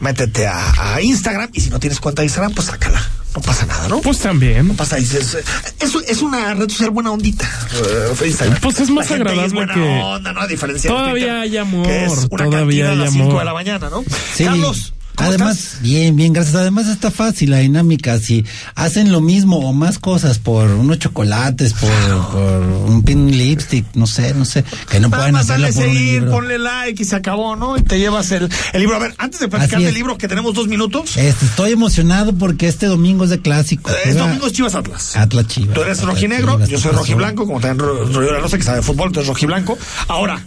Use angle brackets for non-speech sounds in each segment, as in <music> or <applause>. métete a, a Instagram y si no tienes cuenta de Instagram, pues sácala. No pasa nada, ¿no? Pues también. pasa, dices, eso es una red social buena ondita. eh, Instagram. Pues es más La gente ahí es agradable buena que- onda, ¿no? A diferencia de Todavía Twitter, hay amor, que es una todavía cantina a hay las amor. 5 de la mañana, ¿no? Sí. Carlos, ¿cómo Además, estás? bien, bien, gracias. Además está fácil la dinámica. Si hacen lo mismo o más cosas por unos chocolates, por, por un pin lipstick, no sé, no sé, que no Nada pueden más hacerlo dale por un seguir, libro. ponle like y se acabó, ¿no? Y te llevas el, el libro. A ver, antes de platicar Así del es. libro, que tenemos dos minutos, Este, estoy emocionado porque este domingo es de clásico. eh, es Juega domingo es Chivas Atlas. Atlas Chivas. Tú eres Atlas rojinegro, Chivas, yo soy Atlas rojiblanco, como también Ro- Rodrigo de la Rosa, que sabe de fútbol, tú eres rojiblanco. Ahora,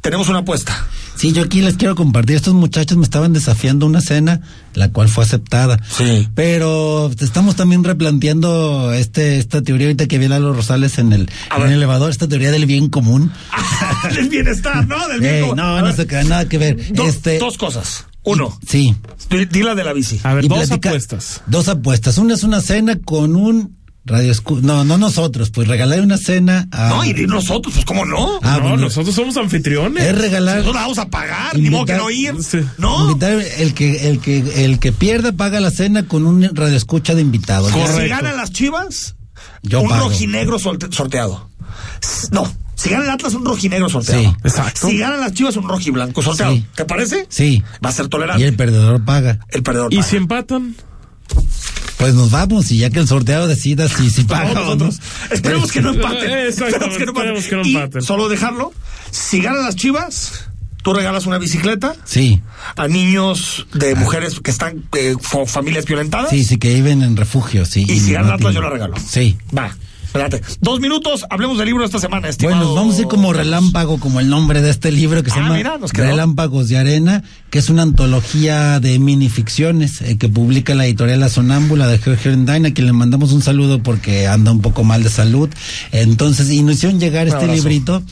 tenemos una <laughs> apuesta. Sí, yo aquí les quiero compartir. Estos muchachos me estaban desafiando una cena, la cual fue aceptada. Sí. Pero estamos también replanteando este esta teoría ahorita que vi a Lalo Rosales en el, A en ver. el elevador, esta teoría del bien común. del bienestar, ¿no? Del bien Ey, como- no, A no ver, se crea nada que ver. do- este, Ah, Dos cosas. Uno, sí. di- di la de la bici. A ver, Y dos platica- apuestas. Dos apuestas. Una es una cena con un radio No, no nosotros, pues regalar una cena a. No, y di nosotros, pues cómo no. Ah, no, bueno. nosotros somos anfitriones. es regalar. Nosotros la vamos a pagar, ni modo que no ir. Sí. No. Invitar el que el que el que pierda paga la cena con un radioescucha de invitado. Ya Correcto. Si ganan las chivas, Yo un pago. rojinegro solte- sorteado. S- No. Si gana el Atlas, un rojinegro sorteado. Sí, exacto. Si ganan las chivas, un rojiblanco sorteado. Sí. ¿Te parece? Sí. Va a ser Y tolerante. el El, perdedor paga. perdedor. Y paga. si empatan, Pues nos vamos y ya que el sorteo decida si, si Vamos paga o no. nosotros. Esperemos <laughs> que no empaten. Exacto, Esperemos que no empaten. esperemos que no Y empaten. solo dejarlo. Si ganan las chivas, tú regalas una bicicleta Sí, a niños de mujeres que están, eh, fo- familias violentadas. Ah. sí, sí, que viven en refugio, sí. Y si no gana el Atlas, tienen- yo la regalo. Sí. Va. Espérate. Dos minutos, hablemos del libro esta semana, estimado. Bueno, vamos a ir como relámpago, como el nombre de este libro que se Ah, llama mira, nos quedó. Relámpagos de Arena, que es una antología de minificciones eh, que publica la editorial La Sonámbula de Jorge Rendain, a quien le mandamos un saludo porque anda un poco mal de salud. Entonces, y nos hicieron llegar Un este abrazo. librito.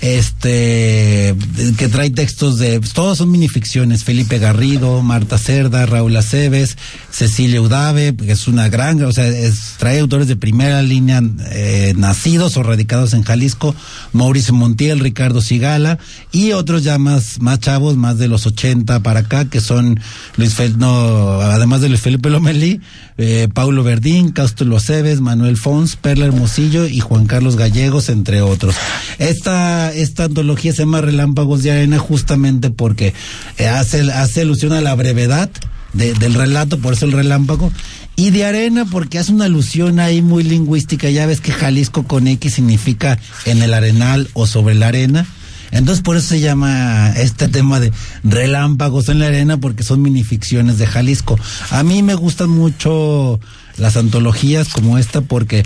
Este que trae textos de pues, todos son minificciones, Felipe Garrido, Marta Cerda, Raúl Aceves, Cecilia Udave, que es una gran, o sea, es- trae autores de primera línea eh, nacidos o radicados en Jalisco, Mauricio Montiel, Ricardo Sigala y otros ya más, más chavos, más de los 80 para acá, que son Luis Fel, no, además de Luis Felipe Lomelí, eh, Paulo Verdín, Cástulo Aceves, Manuel Fons, Perla Hermosillo y Juan Carlos Gallegos, entre otros. Esta, esta antología se llama Relámpagos de Arena justamente porque eh, hace, hace alusión a la brevedad de- del relato, por eso el relámpago. Y de arena, porque hace una alusión ahí muy lingüística. Ya ves que Jalisco con X significa en el arenal o sobre la arena. Entonces por eso se llama este tema de relámpagos en la arena, porque son minificciones de Jalisco. A mí me gustan mucho las antologías como esta porque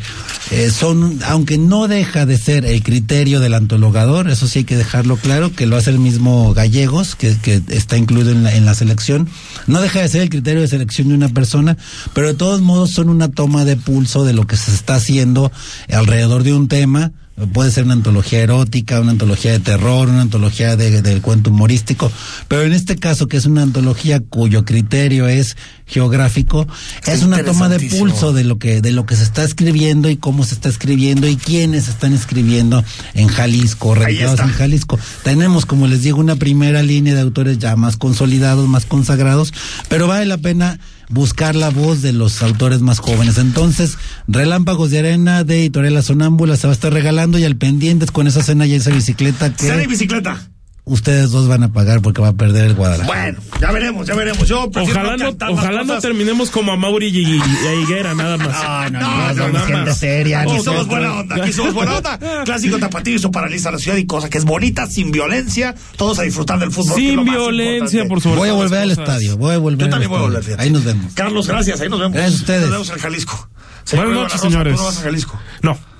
eh, son, aunque no deja de ser el criterio del antologador, eso sí hay que dejarlo claro, que lo hace el mismo Gallegos, que, que está incluido en la, en la selección, no deja de ser el criterio de selección de una persona, pero de todos modos son una toma de pulso de lo que se está haciendo alrededor de un tema. Puede ser una antología erótica, una antología de terror, una antología de- del cuento humorístico, pero en este caso, que es una antología cuyo criterio es geográfico, Está es una toma de interesantísimo. pulso de lo que de lo que se está escribiendo y cómo se está escribiendo y quiénes están escribiendo en Jalisco, radicados está. en Jalisco. Tenemos, como les digo, una primera línea de autores ya más consolidados, más consagrados, pero vale la pena buscar la voz de los autores más jóvenes. Entonces, Relámpagos de Arena de Editorial La Sonámbula se va a estar regalando y al pendientes con esa cena y esa bicicleta que Cena y bicicleta. ustedes dos van a pagar porque va a perder el Guadalajara. Bueno, ya veremos, ya veremos. Yo prefiero ojalá no, cantar las ojalá no cosas. terminemos como a Mauri y, y- y a Higuera, nada más. No, no, somos nada gente más. seria, Aquí Oh, nosotros. somos buena onda, aquí somos buena <laughs> onda. Clásico tapatío, eso paraliza la ciudad y cosa que es bonita, sin violencia. Todos a disfrutar del fútbol. que es lo Sin más violencia, importante. por supuesto. Voy a volver al estadio, voy a volver Yo al también voy a estadio. volver, fíjate. Ahí nos vemos. Carlos, gracias, ahí nos vemos. Gracias a ustedes. Nos vemos en Jalisco. Buenas Señor noches, Eduardo Rosa, señores. ¿tú no vas a Jalisco? No,